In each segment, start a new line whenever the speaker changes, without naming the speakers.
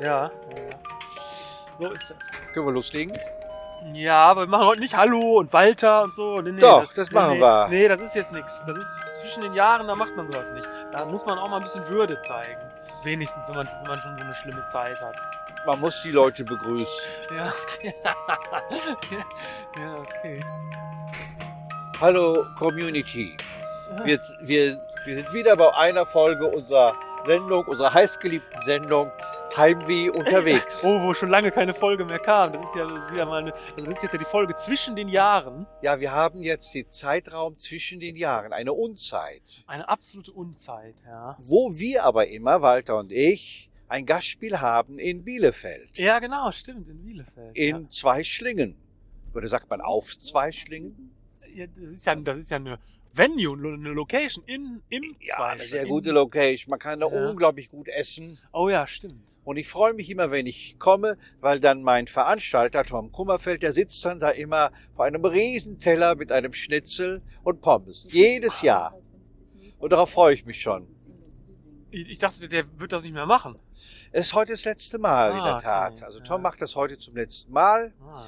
Ja. So ist das.
Können wir loslegen?
Ja, aber wir machen heute nicht Hallo und Walter und so. Nee, nee,
Doch, das machen
nee,
wir.
Nee, das ist jetzt nichts. Das ist zwischen den Jahren, da macht man sowas nicht. Da muss man auch mal ein bisschen Würde zeigen. Wenigstens, wenn man, wenn man schon so eine schlimme Zeit hat.
Man muss die Leute begrüßen.
Ja, okay. ja, okay.
Hallo Community. Wir, wir, wir sind wieder bei einer Folge unserer Sendung, unserer heißgeliebten Sendung Heimweh unterwegs.
Oh, wo schon lange keine Folge mehr kam. Das ist ja wieder mal eine, also das ist jetzt ja die Folge zwischen den Jahren.
Ja, wir haben jetzt den Zeitraum zwischen den Jahren, eine Unzeit,
Eine absolute Unzeit, ja.
wo wir aber immer, Walter und ich, ein Gastspiel haben in Bielefeld.
Ja, genau, stimmt, in Bielefeld.
In zwei Schlingen. Oder sagt man auf zwei Schlingen?
ja. Ja, das, ist ja, das ist ja eine Venue, eine Location in, im
Ja, eine
Zweifel.
sehr
In-
gute Location. Man kann da
Ja.
unglaublich gut essen.
Oh ja, stimmt.
Und ich freue mich immer, wenn ich komme, weil dann mein Veranstalter Tom Kummerfeld, der sitzt dann da immer vor einem riesen Teller mit einem Schnitzel und Pommes. Jedes Jahr. Und darauf freue ich mich schon.
Ich, ich dachte, der wird das nicht mehr machen.
Es ist heute das letzte Mal in
Ah,
der Tat.
okay,
Also
ja.
Tom macht das heute zum letzten Mal.
Ah.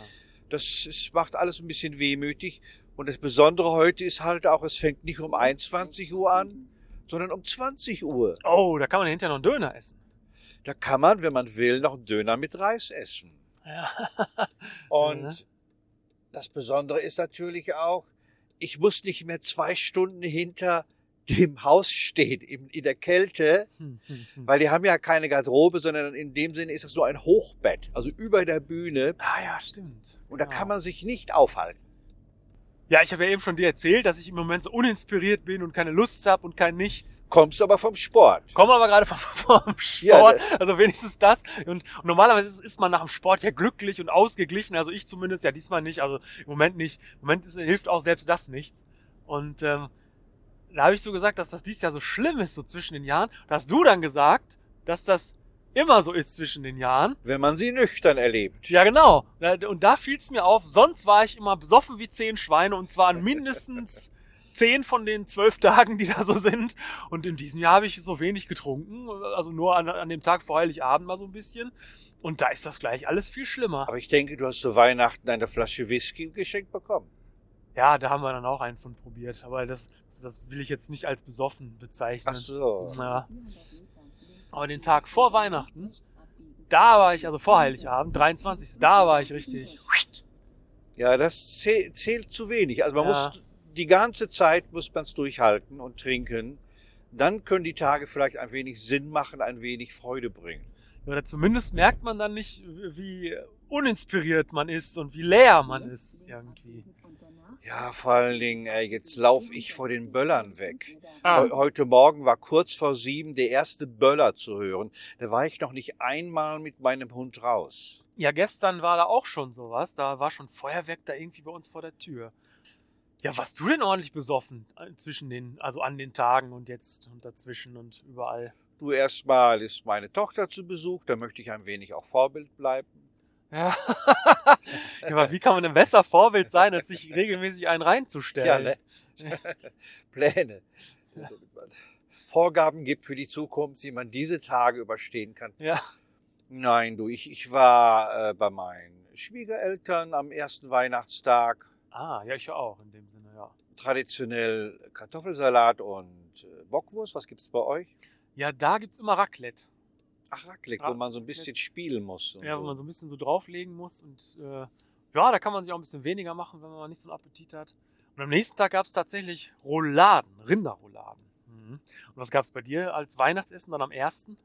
Das ist, macht alles ein bisschen wehmütig. Und das Besondere heute ist halt auch, es fängt nicht um 21 Uhr an, sondern um 20 Uhr.
Oh, da kann man hinterher noch einen Döner essen.
Da kann man, wenn man will, noch einen Döner mit Reis essen.
Ja.
Und
Mhm.
das Besondere ist natürlich auch, ich muss nicht mehr zwei Stunden hinter dem Haus stehen, im, in der Kälte,
Hm, hm, hm.
weil die haben ja keine Garderobe, sondern in dem Sinne ist das nur ein Hochbett, also über der Bühne.
Ah ja, stimmt.
Und da
Genau.
kann man sich nicht aufhalten.
Ja, ich habe ja eben schon dir erzählt, dass ich im Moment so uninspiriert bin und keine Lust habe und kein Nichts.
Kommst aber vom Sport.
Komme aber gerade vom, vom Sport,
Ja,
also wenigstens das. Und normalerweise ist, ist man nach dem Sport ja glücklich und ausgeglichen, also ich zumindest ja diesmal nicht, also im Moment nicht. Im Moment ist, hilft auch selbst das nichts. Und ähm, da habe ich so gesagt, dass das dieses Jahr so schlimm ist, so zwischen den Jahren. Da hast du dann gesagt, dass das immer so ist zwischen den Jahren.
Wenn man sie nüchtern erlebt.
Ja, genau. Na, Und da fiel es mir auf, sonst war ich immer besoffen wie zehn Schweine und zwar an mindestens zehn von den zwölf Tagen, die da so sind. Und in diesem Jahr habe ich so wenig getrunken, also nur an, an dem Tag vor Heiligabend mal so ein bisschen. Und da ist das gleich alles viel schlimmer.
Aber ich denke, du hast zu Weihnachten eine Flasche Whisky geschenkt bekommen.
Ja, da haben wir dann auch einen von probiert, aber das, das will ich jetzt nicht als besoffen bezeichnen.
Ach so.
Ja. Aber den Tag vor Weihnachten, da war ich, also vor Heiligabend, 23. Da war ich richtig.
Ja, das zäh- zählt zu wenig. Also man
Ja.
muss die ganze Zeit muss man es durchhalten und trinken. Dann können die Tage vielleicht ein wenig Sinn machen, ein wenig Freude bringen.
Oder zumindest merkt man dann nicht, wie uninspiriert man ist und wie leer man ist irgendwie.
Ja, vor allen Dingen, äh, jetzt lauf ich vor den Böllern weg.
Ah.
Heu- Heute Morgen war kurz vor sieben der erste Böller zu hören. Da war ich noch nicht einmal mit meinem Hund raus.
Ja, gestern war da auch schon sowas. Da war schon Feuerwerk da irgendwie bei uns vor der Tür. Ja, warst du denn ordentlich besoffen äh, zwischen den, also an den Tagen und jetzt und dazwischen und überall?
Du erstmal ist meine Tochter zu Besuch, da möchte ich ein wenig auch Vorbild bleiben.
Ja. ja aber wie kann man denn besser Vorbild sein, als sich regelmäßig einen reinzustellen?
Ja, ne? Pläne. Vorgaben gibt für die Zukunft, wie man diese Tage überstehen kann.
Ja.
Nein, du, ich, ich war äh, bei meinen Schwiegereltern am ersten Weihnachtstag.
Ah, ja, ich ja auch in dem Sinne, ja.
Traditionell Kartoffelsalat und äh, Bockwurst. Was gibt's bei euch?
Ja, da gibt's immer Raclette.
Ach, Raclette, wo
Ah, Raclette.
man so ein bisschen spielen muss. Und
Ja,
so.
wo man so ein bisschen so drauflegen muss und äh, ja, da kann man sich auch ein bisschen weniger machen, wenn man mal nicht so einen Appetit hat. Und am nächsten Tag gab es tatsächlich Rouladen, Rinderrouladen. Mhm. Und was gab es bei dir als Weihnachtsessen dann am ersten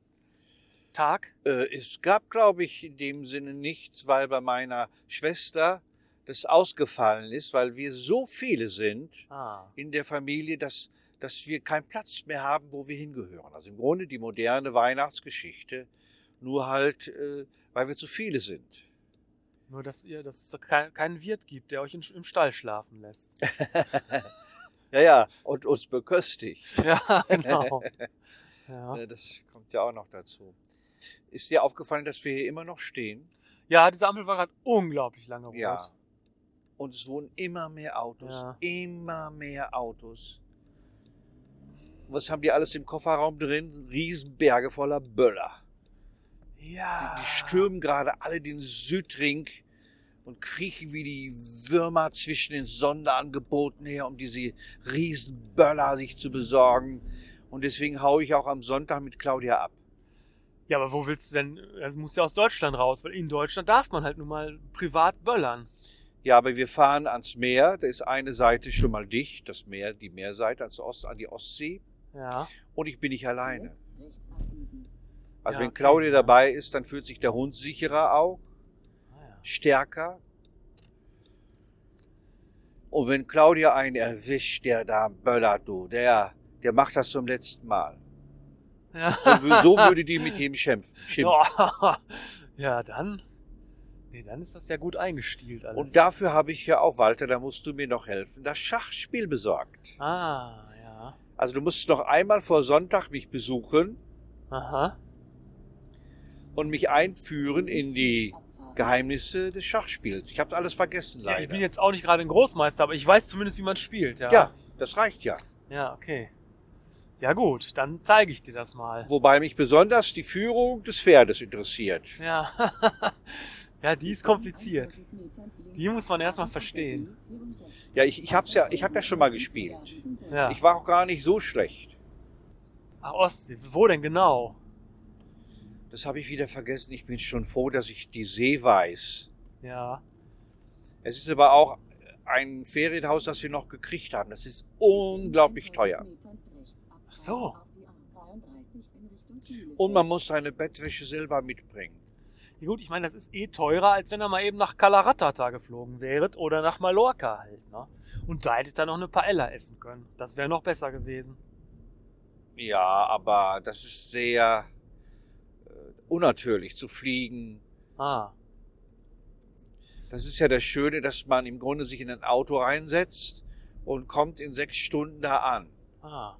Tag?
äh, es gab, glaube ich, in dem Sinne nichts, weil bei meiner Schwester das ausgefallen ist, weil wir so viele sind
Ah.
in der Familie, dass, dass wir keinen Platz mehr haben, wo wir hingehören. Also im Grunde die moderne Weihnachtsgeschichte, nur halt, äh, weil wir zu viele sind.
Nur, dass ihr, dass es so kein, keinen Wirt gibt, der euch in, im Stall schlafen lässt.
Ja, ja, und uns beköstigt.
ja, genau. Ja.
Ja, Das kommt ja auch noch dazu. Ist dir aufgefallen, dass wir hier immer noch stehen?
ja, diese Ampel war gerade unglaublich lange rot.
Ja. Und es wurden immer mehr Autos,
Ja.
immer mehr Autos. Was haben die alles im Kofferraum drin? Riesenberge voller Böller.
Ja.
Die stürmen gerade alle den Südring und kriechen wie die Würmer zwischen den Sonderangeboten her, um diese Riesenböller sich zu besorgen. Und deswegen hau ich auch am Sonntag mit Claudia ab.
Ja, aber wo willst du denn? Du musst ja aus Deutschland raus, weil in Deutschland darf man halt nun mal privat böllern.
Ja, aber wir fahren ans Meer. Da ist eine Seite schon mal dicht, das Meer, die Meerseite, ans Ost, an die Ostsee.
Ja.
Und ich bin nicht alleine.
Rechts abbiegen.
Also
Mhm. Ja,
wenn Claudia
okay, ja.
dabei ist, dann fühlt sich der Hund sicherer auch,
Ah, ja.
stärker. Und wenn Claudia einen erwischt, der da böllert, du, der, der macht das zum letzten Mal.
Ja.
Und so würde die mit ihm schimpfen. schimpfen.
Ja. ja, dann. Nee, dann ist das ja gut eingestielt alles.
Und dafür habe ich ja auch, Walter, da musst du mir noch helfen, das Schachspiel besorgt.
Ah, ja.
Also du musst noch einmal vor Sonntag mich besuchen
Aha.
und mich einführen in die
Abfahren.
Geheimnisse des Schachspiels. Ich habe alles vergessen
Ja,
leider.
ich bin jetzt auch nicht gerade ein Großmeister, aber ich weiß zumindest, wie man spielt, ja.
ja, das reicht ja.
Ja, okay. Ja, gut, dann zeige ich dir das mal.
Wobei mich besonders die Führung des Pferdes interessiert.
Ja. ja, die ist kompliziert. Die muss man erstmal verstehen.
Ja, ich, ich hab's ja, ich habe ja schon mal gespielt.
Ja.
Ich war auch gar nicht so schlecht.
Ach, Ostsee, wo denn genau?
Das habe ich wieder vergessen. Ich bin schon froh, dass ich die See weiß.
Ja.
Es ist aber auch ein Ferienhaus, das wir noch gekriegt haben. Das ist unglaublich teuer.
Ach
so.
Und man muss seine Bettwäsche selber mitbringen.
Ja gut, ich meine, das ist eh teurer, als wenn ihr mal eben nach Kalaratata geflogen wäret oder nach Mallorca halt, ne? Und da hättet ihr noch eine Paella essen können. Das wäre noch besser gewesen.
Ja, aber das ist sehr äh, unnatürlich zu fliegen.
Ah,
Das ist ja das Schöne, dass man im Grunde sich in ein Auto reinsetzt und kommt in sechs Stunden da an.
ah.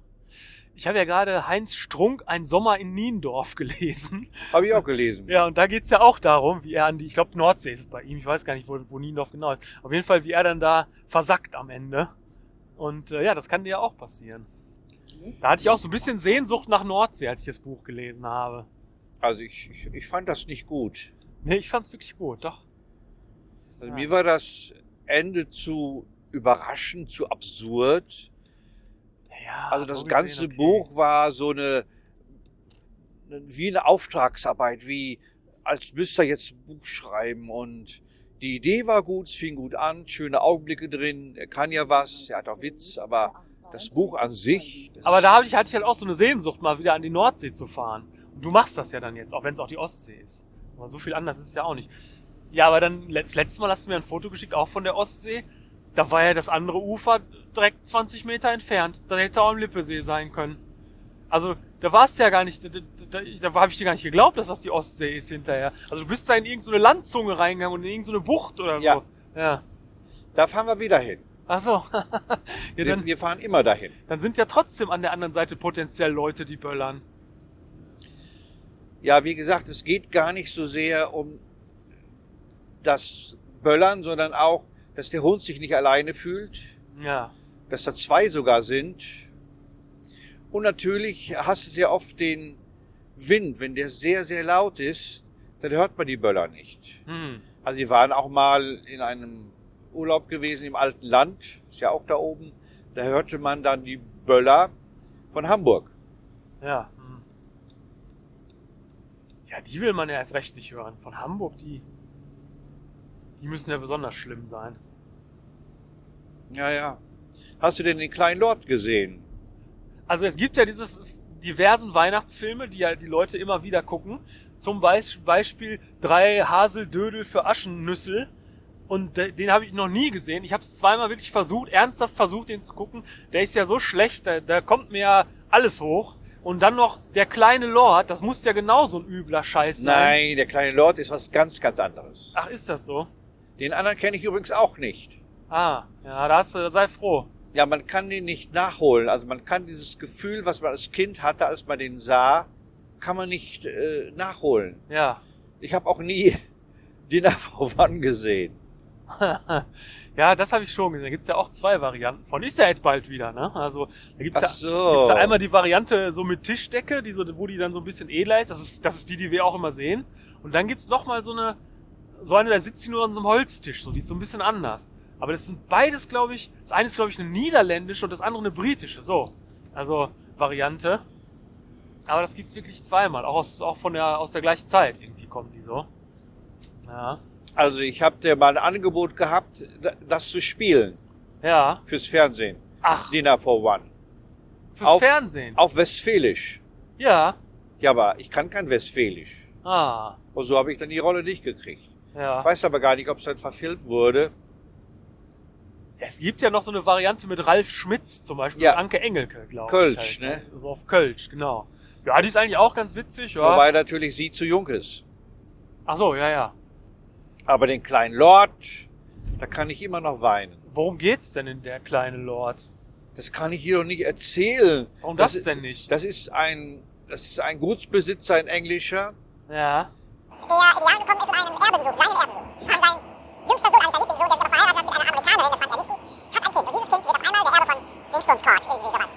Ich habe ja gerade Heinz Strunk, ein Sommer in Niendorf gelesen.
Habe ich auch gelesen.
Ja, und da geht's ja auch darum, wie er an die, ich glaube Nordsee ist es bei ihm, ich weiß gar nicht, wo, wo Niendorf genau ist. Auf jeden Fall, wie er dann da versackt am Ende. Und äh, ja, das kann dir ja auch passieren. Da hatte ich auch so ein bisschen Sehnsucht nach Nordsee, als ich das Buch gelesen habe.
Also ich, ich, ich fand das nicht gut.
Nee, ich fand's wirklich gut, doch. Muss ich
Also
sagen.
mir war das Ende zu überraschend, zu absurd.
Ja,
Also das
so gesehen,
ganze
okay.
Buch war so eine ne, wie eine Auftragsarbeit, wie als müsste er jetzt ein Buch schreiben und die Idee war gut, es fing gut an, schöne Augenblicke drin, er kann ja was, er hat auch Witz, aber das Buch an sich. das-
Aber da hab ich, hatte ich halt auch so eine Sehnsucht, mal wieder an die Nordsee zu fahren. Und du machst das ja dann jetzt, auch wenn es auch die Ostsee ist. Aber so viel anders ist es ja auch nicht. Ja, aber dann, letzt, letztes Mal hast du mir ein Foto geschickt, auch von der Ostsee. Da war ja das andere Ufer direkt 20 Meter entfernt. Da hätte auch am Lippesee sein können. Also, da warst du ja gar nicht, da, da, da, da habe ich dir gar nicht geglaubt, dass das die Ostsee ist hinterher. Also, du bist da in irgendeine Landzunge reingegangen und in irgendeine Bucht oder so.
Ja.
ja.
Da fahren wir wieder hin.
Ach so. ja,
wir, wir fahren immer dahin.
dann sind ja trotzdem an der anderen Seite potenziell Leute, die böllern.
Ja, wie gesagt, es geht gar nicht so sehr um das Böllern, sondern auch, dass der Hund sich nicht alleine fühlt,
Ja,
dass da zwei sogar sind. Und natürlich hast du sehr oft den Wind, wenn der sehr, sehr laut ist, dann hört man die Böller nicht.
hm.
Also wir waren auch mal in einem Urlaub gewesen im alten Land, ist ja auch da oben, da hörte man dann die Böller von Hamburg.
ja. Hm. Ja, die will man ja erst recht nicht hören. Von Hamburg, die. Die müssen ja besonders schlimm sein.
Ja, ja. Hast du denn den kleinen Lord gesehen?
Also es gibt ja diese f- diversen Weihnachtsfilme, die ja die Leute immer wieder gucken. Zum Beis- Beispiel drei Haseldödel für Aschennüssel. Und de- den habe ich noch nie gesehen. Ich habe es zweimal wirklich versucht, ernsthaft versucht, den zu gucken. Der ist ja so schlecht, da, da kommt mir ja alles hoch. Und dann noch der kleine Lord, das muss ja genau so ein übler Scheiß sein.
Nein, der kleine Lord ist was ganz, ganz anderes.
Ach, ist das so?
Den anderen kenne ich übrigens auch nicht.
Ah, ja, da hast du, sei froh.
Ja, man kann den nicht nachholen. Also man kann dieses Gefühl, was man als Kind hatte, als man den sah, kann man nicht äh, nachholen.
Ja.
Ich habe auch nie die Nachfahren gesehen.
ja, das habe ich schon gesehen. Da gibt's ja auch zwei Varianten von. Ist ja jetzt bald wieder, ne? Also da gibt's
Ach
ja,
so.
gibt's ja einmal die Variante so mit Tischdecke, die so, wo die dann so ein bisschen edler ist. Das ist, das ist die, die wir auch immer sehen. Und dann gibt's noch mal so eine, so eine, da sitzt die nur an so einem Holztisch, so die ist so ein bisschen anders. Aber das sind beides, glaube ich, das eine ist, glaube ich, eine niederländische und das andere eine britische. So, also Variante. Aber das gibt's wirklich zweimal, auch aus, auch von der, aus der gleichen Zeit irgendwie kommen die so. Ja,
Also ich habe dir mal ein Angebot gehabt, da- das zu spielen
ja.
fürs Fernsehen.
Ach,
Dinner for One.
fürs
auf-
Fernsehen.
Auf Westfälisch.
Ja.
Ja, aber ich kann kein Westfälisch.
Ah,
Und so habe ich dann die Rolle nicht gekriegt. Ich
ja.
weiß aber gar nicht, ob es dann verfilmt wurde.
Es gibt ja noch so eine Variante mit Ralf Schmitz zum Beispiel
Ja.
und Anke Engelke, glaube ich. halt,
Kölsch, ne?
So auf Kölsch, genau. Ja, die ist eigentlich auch ganz witzig, ja.
Wobei natürlich sie zu jung ist.
Ach so, ja, ja.
Aber den kleinen Lord, da kann ich immer noch weinen.
Worum geht's denn in der kleine Lord?
Das kann ich dir doch nicht erzählen.
Warum das,
ist-
denn nicht?
Das ist ein, das ist ein Gutsbesitzer, ein Englischer.
ja.
der in die Jahre gekommen ist und einen Erbesuch, seinen Erbesuch. Und sein jüngster Sohn, eigentlich der Lieblingssohn, der sich noch verheiratet hat mit einer Amerikanerin, das fand er nicht gut, hat ein Kind. Und dieses Kind wird auf einmal der Erbe von Dingsbums Court, irgendwie sowas.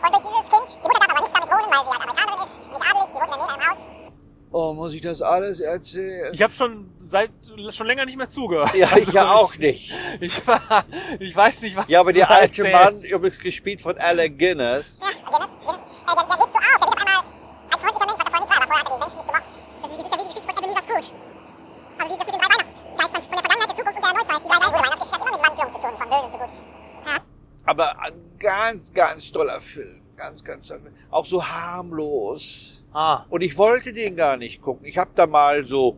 Und durch dieses Kind, die Mutter darf aber nicht damit wohnen, weil sie halt Amerikanerin ist, nicht adelig, die wohnt in der Nähe in einem Haus.
Oh, muss ich das alles erzählen?
Ich habe schon seit schon länger nicht mehr zugehört.
ja, ich
Also
ja auch nicht.
Ich, ich, war- ich weiß nicht, was
Ja, aber
du
der alte Mann,
erzählst.
übrigens gespielt von Alec Guinness.
Ja, und der, der, der, der, der lebt so auf, der wird auf einmal ein freundlicher Mensch, was er vorher nicht war, aber vorher hat er die Menschen nicht gemocht. Das ist ja wie die Geschichte von Ebenezer Scrooge. Also die, das mit den drei Weihnachtsgeistern von der Vergangenheit, der Zukunft und der Neuzeit. Die drei Weihnachtsgeschichte hat immer mit Wandlung zu tun, von böse zu gut.
Aber ein ganz, ganz toller Film. Ganz, ganz toller Film. Auch so harmlos.
Ah,
Und ich wollte den gar nicht gucken. Ich habe da mal so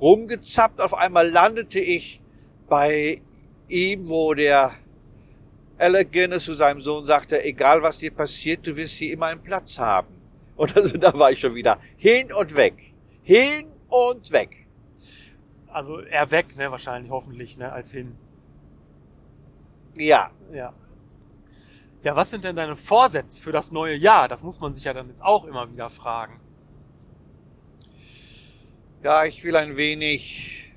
rumgezappt. Auf einmal landete ich bei ihm, wo der Alec Guinness zu seinem Sohn sagte, egal was dir passiert, du wirst hier immer einen Platz haben. Und also, da war ich schon wieder hin und weg. Hin und weg.
also er weg, ne, wahrscheinlich, hoffentlich, ne, als hin.
Ja,
Ja. Ja, was sind denn deine Vorsätze für das neue Jahr? Das muss man sich ja dann jetzt auch immer wieder fragen.
ja, ich will ein wenig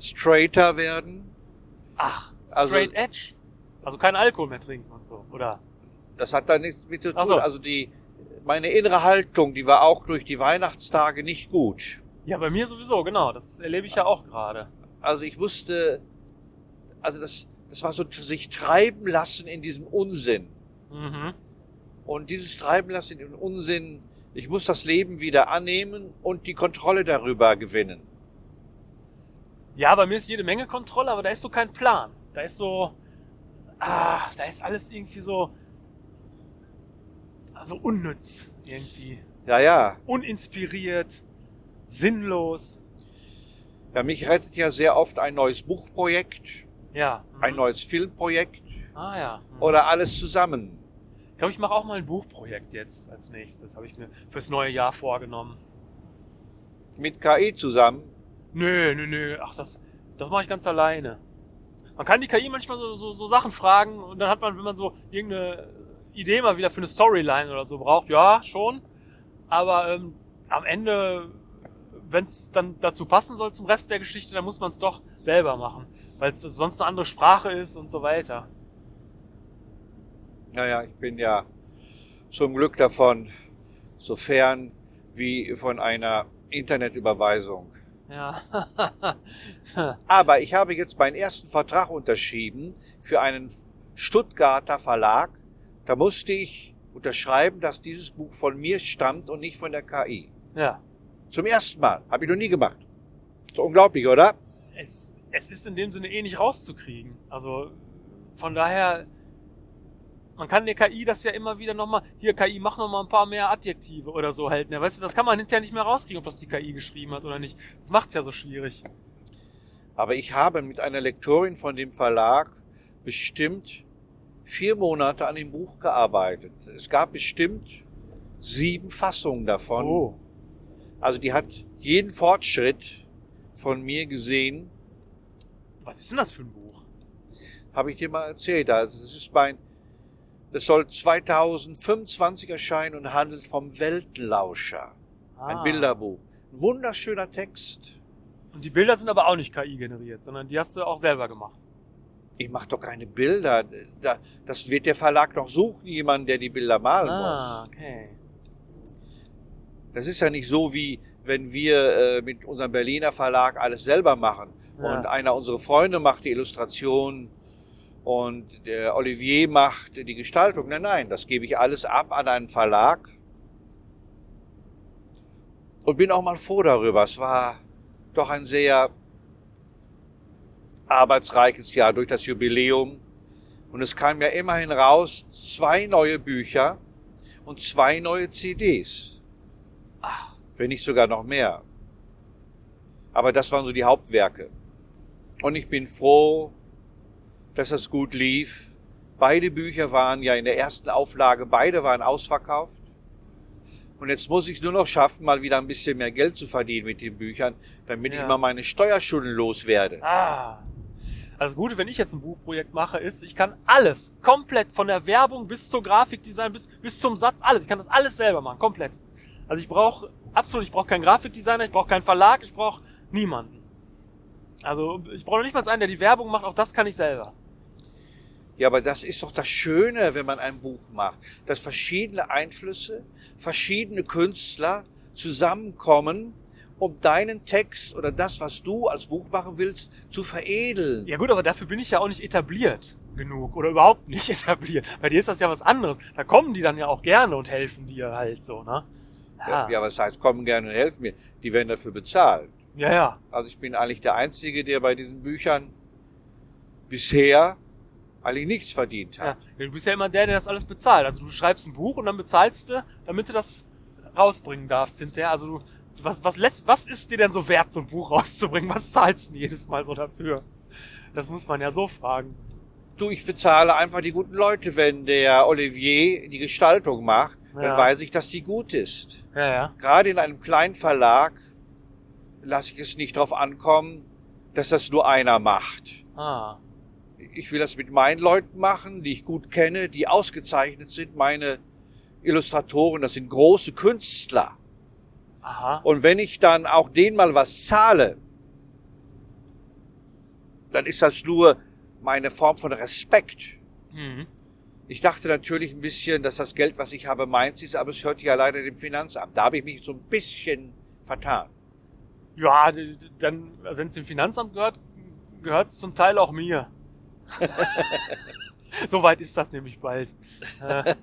straighter werden.
Ach,
Also-
Straight Edge. Also kein Alkohol mehr trinken und so, oder?
Das hat da nichts mit zu
Ach
tun.
so.
Also die, meine innere Haltung, die war auch durch die Weihnachtstage nicht gut.
Ja, bei mir sowieso, genau. Das erlebe ich ja auch gerade.
also ich musste, also das, das war so t- sich treiben lassen in diesem Unsinn.
Mhm.
Und dieses Treiben lassen in dem Unsinn, ich muss das Leben wieder annehmen und die Kontrolle darüber gewinnen.
Ja, bei mir ist jede Menge Kontrolle, aber da ist so kein Plan. Da ist so, ah, da ist alles irgendwie so, also unnütz irgendwie.
Ja, ja.
Uninspiriert, sinnlos.
Ja, mich rettet ja sehr oft ein neues Buchprojekt,
Ja. mhm.
ein neues Filmprojekt
Ah ja. mhm.
oder alles zusammen.
Ich glaube, ich mache auch mal ein Buchprojekt jetzt als nächstes. Habe ich mir fürs neue Jahr vorgenommen.
Mit KI zusammen.
Nö, nö, nö. Ach, das, das mache ich ganz alleine. Man kann die KI manchmal so, so, so Sachen fragen und dann hat man, wenn man so irgendeine Idee mal wieder für eine Storyline oder so braucht, ja, schon. Aber ähm, am Ende, wenn es dann dazu passen soll zum Rest der Geschichte, dann muss man es doch selber machen, weil es sonst eine andere Sprache ist und so weiter.
Naja, ich bin ja zum Glück davon so fern wie von einer Internetüberweisung.
Ja.
Aber ich habe jetzt meinen ersten Vertrag unterschrieben für einen Stuttgarter Verlag. Da musste ich unterschreiben, dass dieses Buch von mir stammt und nicht von der KI.
ja.
Zum ersten Mal. Habe ich noch nie gemacht. So unglaublich, oder?
es, es ist in dem Sinne eh nicht rauszukriegen. Also von daher, man kann der KI das ja immer wieder nochmal, hier KI, mach nochmal ein paar mehr Adjektive oder so halt. Ne? Weißt du, das kann man hinterher nicht mehr rauskriegen, ob das die KI geschrieben hat oder nicht. Das macht's ja so schwierig.
Aber ich habe mit einer Lektorin von dem Verlag bestimmt vier Monate an dem Buch gearbeitet. Es gab bestimmt sieben Fassungen davon.
oh.
Also die hat jeden Fortschritt von mir gesehen.
Was ist denn das für ein Buch?
habe ich dir mal erzählt. Also das ist mein, das soll 2025 erscheinen und handelt vom Weltenlauscher. Ein
Ah.
Bilderbuch. Ein wunderschöner Text.
Und die Bilder sind aber auch nicht KI generiert, sondern die hast du auch selber gemacht.
Ich mache doch keine Bilder. Da, das wird der Verlag doch suchen, jemanden, der die Bilder malen
Ah.
muss.
okay.
Das ist ja nicht so, wie wenn wir äh, mit unserem Berliner Verlag alles selber machen.
Ja.
Und einer unserer Freunde macht die Illustration und der Olivier macht die Gestaltung. Nein, nein, das gebe ich alles ab an einen Verlag. Und bin auch mal froh darüber. Es war doch ein sehr arbeitsreiches Jahr durch das Jubiläum. Und es kamen ja immerhin raus zwei neue Bücher und zwei neue CDs wenn nicht sogar noch mehr. Aber das waren so die Hauptwerke. Und ich bin froh, dass das gut lief. Beide Bücher waren ja in der ersten Auflage, beide waren ausverkauft. Und jetzt muss ich nur noch schaffen, mal wieder ein bisschen mehr Geld zu verdienen mit den Büchern, damit
Ja.
ich mal meine Steuerschulden loswerde.
Ah. Also das Gute, wenn ich jetzt ein Buchprojekt mache, ist, ich kann alles, komplett, von der Werbung bis zur Grafikdesign, bis, bis zum Satz, alles. Ich kann das alles selber machen, komplett. Also ich brauche, absolut, ich brauche keinen Grafikdesigner, ich brauche keinen Verlag, ich brauche niemanden. Also ich brauche nicht mal einen, der die Werbung macht, auch das kann ich selber.
Ja, aber das ist doch das Schöne, wenn man ein Buch macht, dass verschiedene Einflüsse, verschiedene Künstler zusammenkommen, um deinen Text oder das, was du als Buch machen willst, zu veredeln.
Ja gut, aber dafür bin ich ja auch nicht etabliert genug oder überhaupt nicht etabliert. Bei dir ist das ja was anderes. Da kommen die dann ja auch gerne und helfen dir halt so, ne?
Ja, ja, was heißt, kommen gerne und helfen mir. Die werden dafür bezahlt.
ja. ja.
Also ich bin eigentlich der Einzige, der bei diesen Büchern bisher eigentlich nichts verdient
Ja,
hat.
du bist ja immer der, der das alles bezahlt. Also du schreibst ein Buch und dann bezahlst du, damit du das rausbringen darfst hinterher. Also du, was, was, lässt, was ist dir denn so wert, so ein Buch rauszubringen? Was zahlst du denn jedes Mal so dafür? Das muss man ja so fragen.
Du, ich bezahle einfach die guten Leute, wenn der Olivier die Gestaltung macht,
Ja.
dann weiß ich, dass die gut ist.
Ja, ja.
gerade in einem kleinen Verlag lasse ich es nicht darauf ankommen, dass das nur einer macht.
Ah.
Ich will das mit meinen Leuten machen, die ich gut kenne, die ausgezeichnet sind. Meine Illustratoren, das sind große Künstler.
Aha.
Und wenn ich dann auch denen mal was zahle, dann ist das nur meine Form von Respekt.
Mhm.
Ich dachte natürlich ein bisschen, dass das Geld, was ich habe, meins ist, aber es hört ja leider dem Finanzamt. Da habe ich mich so ein bisschen vertan.
Ja, d- d- dann, wenn es dem Finanzamt gehört, gehört es zum Teil auch mir. Soweit ist das nämlich bald. Äh,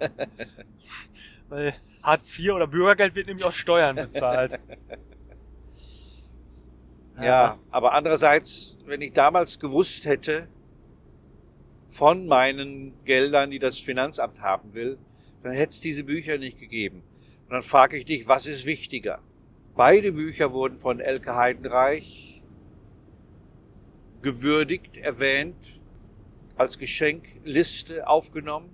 Weil Hartz IV oder Bürgergeld wird nämlich aus Steuern bezahlt.
Ja, aber andererseits, wenn ich damals gewusst hätte, von meinen Geldern, die das Finanzamt haben will, dann hätte es diese Bücher nicht gegeben. Und dann frage ich dich, was ist wichtiger? Beide Bücher wurden von Elke Heidenreich gewürdigt, erwähnt, als Geschenkliste aufgenommen.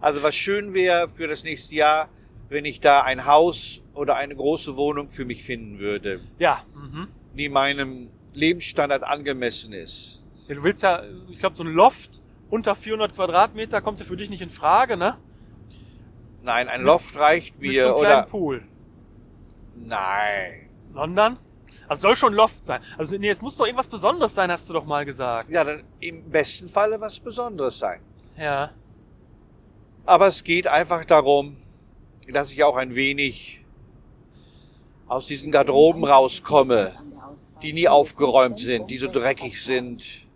Also was schön wäre für das nächste Jahr, wenn ich da ein Haus oder eine große Wohnung für mich finden würde
Ja, mhm.
die meinem Lebensstandard angemessen ist.
ja du willst ja, ich glaube, so ein Loft unter 400 Quadratmeter kommt ja für dich nicht in Frage, ne?
Nein, ein Loft reicht
Mit so
mir
einem
oder
kleinen Pool.
nein.
Sondern, also soll schon ein Loft sein. Also nee, es muss doch irgendwas Besonderes sein, hast du doch mal gesagt.
Ja, dann im besten Falle was Besonderes sein.
Ja.
Aber es geht einfach darum, dass ich auch ein wenig aus diesen Garderoben rauskomme, die nie aufgeräumt sind, die so dreckig sind,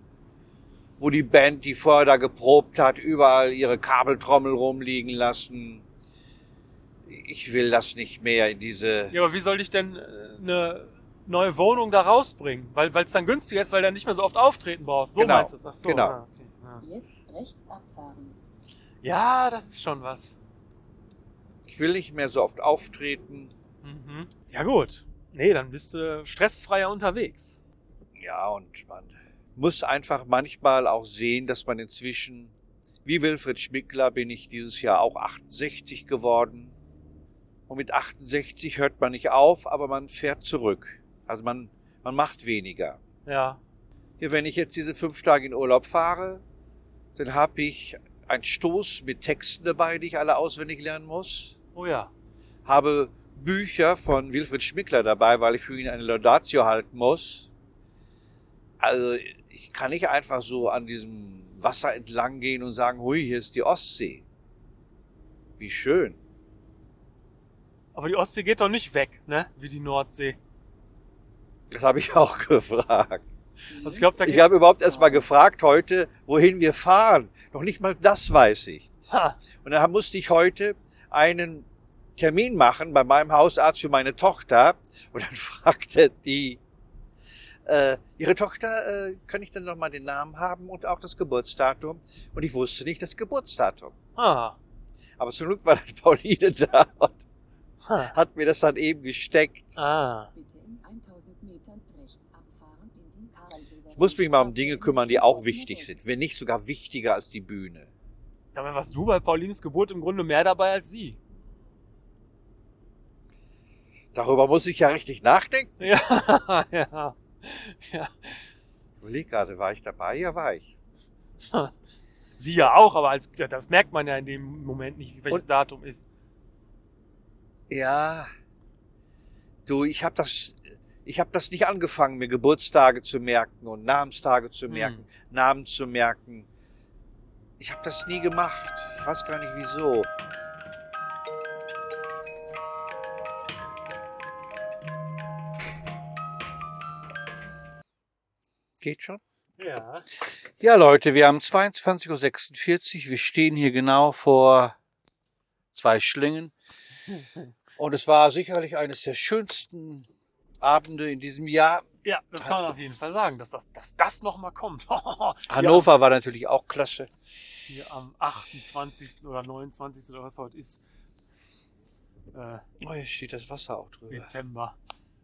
wo die Band, die vorher da geprobt hat, überall ihre Kabeltrommel rumliegen lassen. Ich will das nicht mehr in diese
Ja, aber wie soll ich denn äh, eine neue Wohnung da rausbringen? Weil es dann günstiger ist, weil du dann nicht mehr so oft auftreten brauchst. So
Genau,
meinst du das? Ach so,
genau.
ah, okay, ja.
Jetzt rechts abfahren.
ja, das ist schon was.
Ich will nicht mehr so oft auftreten.
Mhm. Ja gut. Nee, dann bist du stressfreier unterwegs.
Ja, und man muss einfach manchmal auch sehen, dass man inzwischen, wie Wilfried Schmickler, bin ich dieses Jahr auch 68 geworden. Und mit 68 hört man nicht auf, aber man fährt zurück. Also man, man macht weniger.
Ja.
Hier, wenn ich jetzt diese fünf Tage in Urlaub fahre, dann habe ich einen Stoß mit Texten dabei, die ich alle auswendig lernen muss.
Oh ja.
habe Bücher von Wilfried Schmickler dabei, weil ich für ihn eine Laudatio halten muss. Also ich kann nicht einfach so an diesem Wasser entlang gehen und sagen, hui, hier ist die Ostsee. Wie schön.
Aber die Ostsee geht doch nicht weg, ne? Wie die Nordsee.
Das habe ich auch gefragt.
Also ich glaube, da
Ich habe überhaupt erst mal gefragt heute, wohin wir fahren. Noch nicht mal das weiß ich.
Ha,
Und dann musste ich heute einen Termin machen bei meinem Hausarzt für meine Tochter. Und dann fragte die, äh, ihre Tochter, äh, kann ich dann nochmal den Namen haben und auch das Geburtsdatum? Und ich wusste nicht das Geburtsdatum.
ha,
Aber zum Glück war dann Pauline da und
ha.
hat mir das dann eben gesteckt.
Ah.
Bitte in 1000 Metern rechts abfahren in den Karl-Silber-
Ich muss mich mal um Dinge kümmern, die auch wichtig sind. Wenn nicht sogar wichtiger als die Bühne.
Dabei warst du bei Paulines Geburt im Grunde mehr dabei als sie.
Darüber muss ich ja richtig nachdenken.
Ja, ja. ja.
Ich überleg gerade, war ich dabei? Ja, war ich.
Sie ja auch, aber als, ja, das merkt man ja in dem Moment nicht, welches
Und-
Datum ist.
Ja. Du, ich habe das, ich habe das nicht angefangen, mir Geburtstage zu merken und Namenstage zu merken,
Hm.
Namen zu merken. Ich habe das nie gemacht. Ich weiß gar nicht wieso. Geht schon?
Ja.
Ja, Leute, wir haben 22.46 Uhr. Wir stehen hier genau vor zwei Schlingen. Und es war sicherlich eines der schönsten Abende in diesem Jahr.
Ja, das kann man auf jeden Fall sagen, dass das, dass das nochmal kommt.
Hannover war natürlich auch klasse.
Hier, hier am 28. oder 29. oder was heute ist. Äh,
Oh, hier steht das Wasser auch drüber.
Dezember.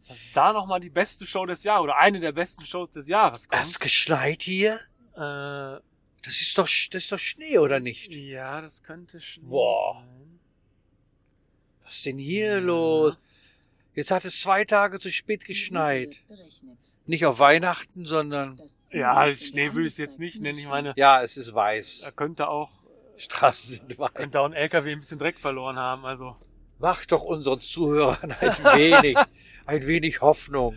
Dass da nochmal die beste Show des Jahres oder eine der besten Shows des Jahres
Hat es
kommt.
geschneit hier?
Äh,
Das ist doch, das ist doch Schnee, oder nicht?
ja, das könnte Schnee
Boah.
sein.
Was ist denn hier
Ja.
los? Jetzt hat es zwei Tage zu spät geschneit.
Minute berechnet.
Nicht auf Weihnachten, sondern...
Das Ziel
Ja, also
ist in
Schnee
der
würde ich es jetzt nicht nennen. Ich meine,
Ja, es ist weiß.
da könnte auch,
Straßen sind weiß.
könnte auch ein LKW ein bisschen Dreck verloren haben. Also,
Mach doch unseren Zuhörern ein wenig, ein wenig Hoffnung,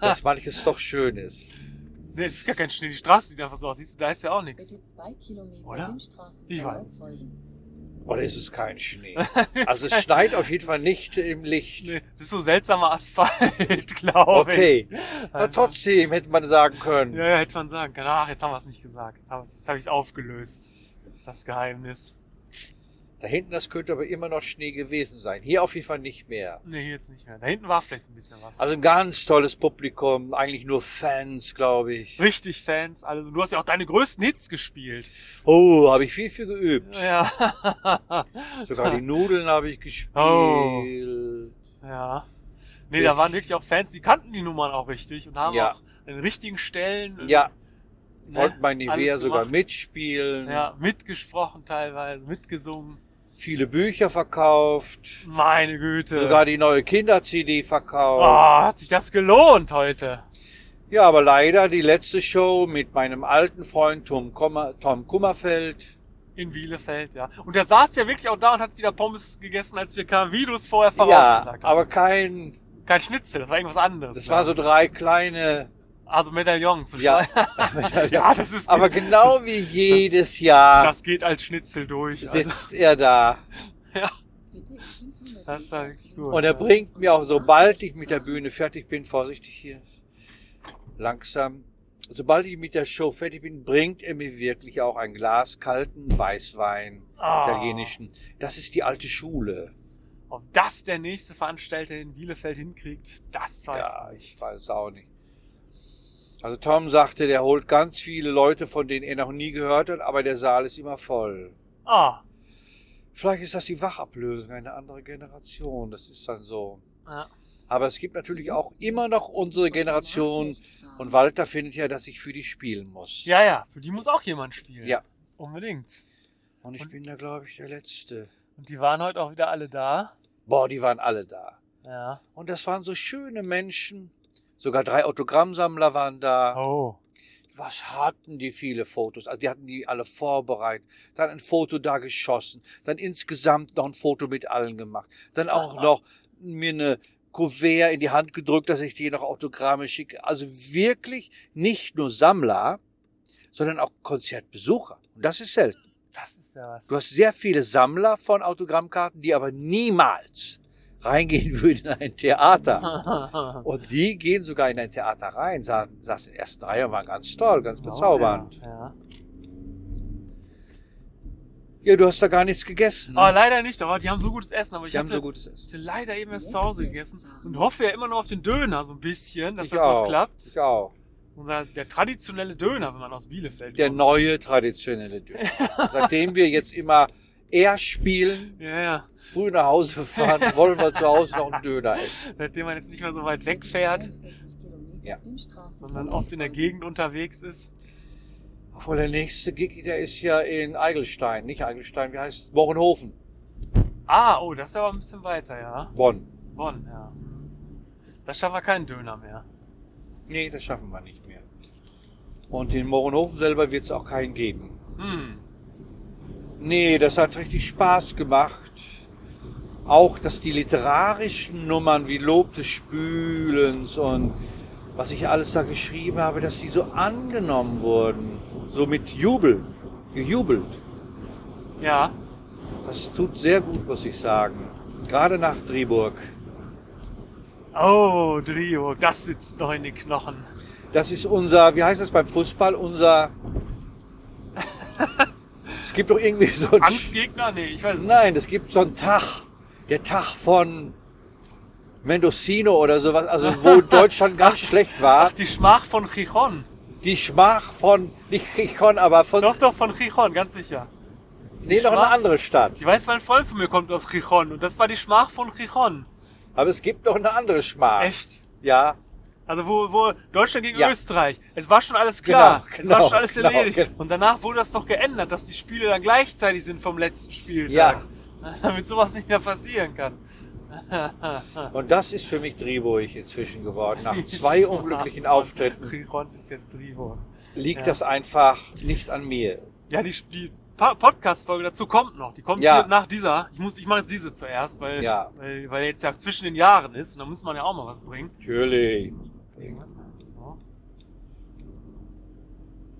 dass manches doch schön ist.
nee, es ist gar kein Schnee. Die Straße sieht einfach so aus. Siehst du, da ist ja auch nichts.
Bitte zwei Kilometer
Oder?
dem
Ich weiß
Straßenverlauf
es
folgen.
Oder ist es kein Schnee? Also es schneit auf jeden Fall nicht im Licht.
Nee, das ist so seltsamer Asphalt, glaube
Okay,
ich.
aber trotzdem hätte man sagen können.
Ja, ja, hätte man sagen können. Ach, jetzt haben wir es nicht gesagt. Jetzt habe hab ich es aufgelöst. Das Geheimnis.
Da hinten, das könnte aber immer noch Schnee gewesen sein. Hier auf jeden Fall nicht mehr.
Nee, hier jetzt nicht mehr. Da hinten war vielleicht ein bisschen was.
Also ein ganz tolles Publikum, eigentlich nur Fans, glaube ich.
Richtig Fans. Also, du hast ja auch deine größten Hits gespielt.
Oh, habe ich viel, viel geübt.
Ja.
Sogar die Nudeln habe ich gespielt.
Oh. Ja. Nee, da waren wirklich auch Fans, die kannten die Nummern auch richtig und haben
Ja.
auch an den richtigen Stellen äh,
Ja,
ne,
wollten bei Nivea
alles
sogar
gemacht.
mitspielen.
äh, ja, mitgesprochen teilweise, mitgesungen.
viele Bücher verkauft,
Meine Güte.
sogar die neue Kinder-CD
oh,
verkauft.
hat sich das gelohnt heute.
Ja, aber leider die letzte Show mit meinem alten Freund Tom, Kommer, Tom Kummerfeld.
In Bielefeld, ja. Und der saß ja wirklich auch da und hat wieder Pommes gegessen, als wir kamen, wie du es vorher
Ja,
vorausgesagt
aber
hast.
kein,
Kein Schnitzel, das war irgendwas anderes.
das war so drei kleine,
Also Medaillon zum
Ja.
Beispiel. ja, das ist.
aber genau wie jedes Jahr
das geht als Schnitzel durch. Also,
sitzt er da
Bitte in 500
Das ist
Meter
eigentlich gut.
und er bringt mir auch, sobald ich mit der Bühne fertig bin, vorsichtig hier, langsam, sobald ich mit der Show fertig bin, bringt er mir wirklich auch ein Glas kalten Weißwein.
Ah.
italienischen. Das ist die alte Schule.
Ob das der nächste Veranstalter in Bielefeld hinkriegt, das weiß
ja,
ich
ich
nicht.
weiß es auch nicht. Also Tom sagte, der holt ganz viele Leute, von denen er noch nie gehört hat, aber der Saal ist immer voll.
Ah,
Vielleicht ist das die Wachablösung, eine andere Generation, das ist dann so.
ja.
Aber es gibt natürlich auch immer noch unsere Generation und
war
Walter findet ja, dass ich für die spielen muss.
ja, ja, für die muss auch jemand spielen.
Ja.
Unbedingt.
Und ich
Und-
bin da, glaube ich, der Letzte.
Und die waren heute auch wieder alle da.
Boah, die waren alle da.
Ja.
Und das waren so schöne Menschen. Sogar drei Autogrammsammler waren da.
Oh.
was hatten die viele Fotos? Also die hatten die alle vorbereitet, dann ein Foto da geschossen, dann insgesamt noch ein Foto mit allen gemacht, dann auch noch mir eine Kuvert in die Hand gedrückt, dass ich dir noch Autogramme schicke. Also wirklich nicht nur Sammler, sondern auch Konzertbesucher. Und das ist selten.
Das ist ja was.
Du hast sehr viele Sammler von Autogrammkarten, die aber niemals reingehen würden in ein Theater. Und die gehen sogar in ein Theater rein, sa- saßen in der ersten Reihe und waren ganz toll, ganz bezaubernd.
Oh, Ja, ja.
Ja, du hast da gar nichts gegessen.
Aber Ah, leider nicht, aber die haben so gutes Essen, aber ich
Hm. Die haben
hatte,
so gutes Essen.
hatte leider eben erst zu Hause gegessen und hoffe ja immer nur auf den Döner so ein bisschen, dass
Ich
das
auch.
noch klappt.
Ich auch.
Unser, der traditionelle Döner, wenn man aus Bielefeld
Der
kommt.
neue traditionelle Döner. Seitdem wir jetzt immer eher spielen,
Ja, ja.
früh nach Hause fahren, wollen wir zu Hause noch einen Döner essen.
Seitdem man jetzt nicht mehr so weit wegfährt,
Ja.
sondern oft in der Gegend unterwegs ist.
Obwohl der nächste Gig, der ist ja in Eigelstein. Nicht Eigelstein, wie heißt es? Bornhofen,
Ah, oh, das ist aber ein bisschen weiter, ja.
Bonn.
Bonn, ja. Da schaffen wir keinen Döner mehr.
Nee, das schaffen wir nicht mehr. Und in Bornhofen selber wird es auch keinen geben.
Hm.
Nee, das hat richtig Spaß gemacht. Auch, dass die literarischen Nummern wie Lob des Spülens und was ich alles da geschrieben habe, dass die so angenommen wurden. So mit Jubel, gejubelt.
Ja,
Das tut sehr gut, muss ich sagen. Gerade nach Driburg.
Oh, Drio, das sitzt noch in den Knochen.
Das ist unser, wie heißt das beim Fußball? Unser. es gibt doch irgendwie so ein.
Angstgegner? Nee, ich weiß es nicht.
Nein, es gibt so einen Tag, der Tag von Mendocino oder sowas, also wo Deutschland ganz schlecht war.
Ach, die Schmach von Chichon.
Die Schmach von, nicht Chichon, aber von,
Doch, doch, von Chichon, ganz sicher.
nee, noch eine
Schmach?
andere Stadt.
Ich weiß, weil ein Freund von mir kommt aus Chichon und das war die Schmach von Chichon.
Aber es gibt noch eine andere Schmach.
Echt?
Ja,
Also wo, wo Deutschland gegen
Ah. Ja.
Österreich. Es war schon alles klar.
Genau,
es war
genau,
schon alles
genau,
erledigt.
genau.
Und danach wurde das doch geändert, dass die Spiele dann gleichzeitig sind vom letzten Spieltag.
ja.
Damit sowas nicht mehr passieren kann.
Und das ist für mich Driburg inzwischen geworden. Nach zwei
Schmach
unglücklichen
von
Auftritten
Chichon ist jetzt Drio.
liegt
Ja.
das einfach nicht an mir.
Ja, die, die Pa- Podcast-Folge dazu kommt noch. Die kommt
Ja.
hier nach dieser. Ich muss, ich mache jetzt diese zuerst, weil,
Ja.
weil, weil jetzt ja zwischen den Jahren ist und da muss man ja auch mal was bringen.
Natürlich.
So.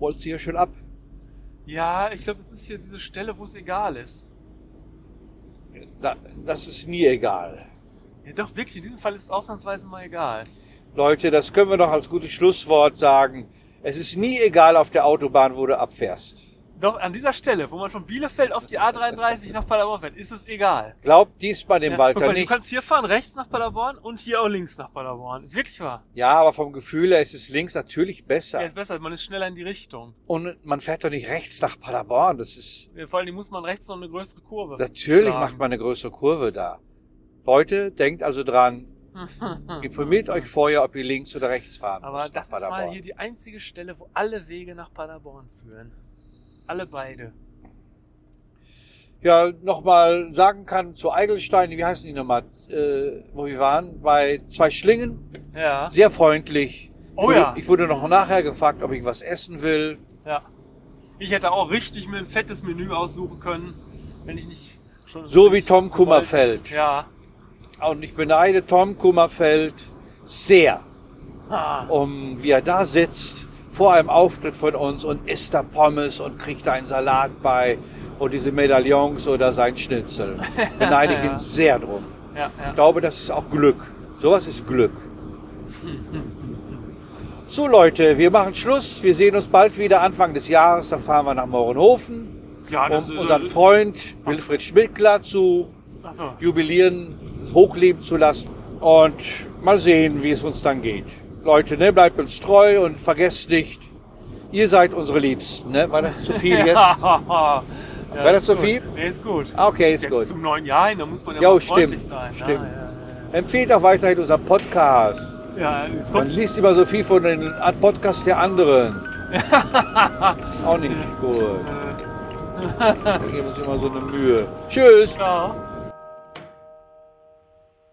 Holst du hier schon ab?
Ja, ich glaube, das ist hier diese Stelle, wo es egal ist.
Da- Das ist nie egal.
Ja, doch, wirklich, in diesem Fall ist es ausnahmsweise mal egal.
Leute, das können wir noch als gutes Schlusswort sagen. Es ist nie egal auf der Autobahn, wo du abfährst.
Doch, an dieser Stelle, wo man von Bielefeld auf die A33 nach Paderborn fährt, ist es egal.
Glaubt diesmal dem
Ja, guck
Walter
mal, du
nicht.
kannst hier fahren, rechts nach Paderborn und hier auch links nach Paderborn. Ist wirklich wahr.
Ja, aber vom Gefühl her ist es links natürlich
Ja,
besser.
ist besser, man ist schneller in die Richtung.
Und man fährt doch nicht rechts nach Paderborn. Das ist
Ja, Vor allem muss man rechts noch eine größere Kurve.
natürlich
schlagen.
macht man eine größere Kurve da. Leute, denkt also dran. Informiert euch vorher, ob ihr links oder rechts fahren
Mhm. Aber
müsst
das ist
nach
mal
Paderborn.
hier die einzige Stelle, wo alle Wege nach Paderborn führen. Alle beide.
ja, nochmal sagen kann zu Eigelstein, wie heißen die nochmal, äh, wo wir waren, bei zwei Schlingen.
Ja.
sehr freundlich.
Oh
ich, wurde,
ja.
ich wurde noch nachher gefragt, ob ich was essen will.
ja. Ich hätte auch richtig mir ein fettes Menü aussuchen können, wenn ich nicht schon.
So wie Tom Kummerfeld.
Ja.
Und ich beneide Tom Kummerfeld sehr,
Ah.
um wie er da sitzt vor einem Auftritt von uns und isst da Pommes und kriegt da einen Salat bei und diese Medaillons oder sein Schnitzel. Beneide ich
Ja.
ihn sehr drum.
Ja, ja.
Ich glaube, das ist auch Glück. Sowas ist Glück. So Leute, wir machen Schluss. Wir sehen uns bald wieder Anfang des Jahres. Da fahren wir nach Mohrenhofen.
ja Ah, das
um
ist-
unseren Freund Wilfried Schmidtler zu
Achso.
jubilieren, hochleben zu lassen. Und mal sehen, wie es uns dann geht. Leute, ne, bleibt uns treu und vergesst nicht, ihr seid unsere Liebsten. Ne? War das zu viel jetzt?
War
War das so viel?
Nee, ist gut.
Ah, Okay, ist
Jetzt
gut.
zum neuen Jahr hin, da muss man ja
Jo,
mal freundlich
stimmt,
sein. ne?
stimmt.
Ja,
Empfehlt auch weiterhin unseren Podcast.
ja, ja. ja jetzt
Man
kommt
liest immer so viel von den Podcasts der anderen. auch nicht gut.
äh,
Wir geben uns immer so eine Mühe. Tschüss.
ciao.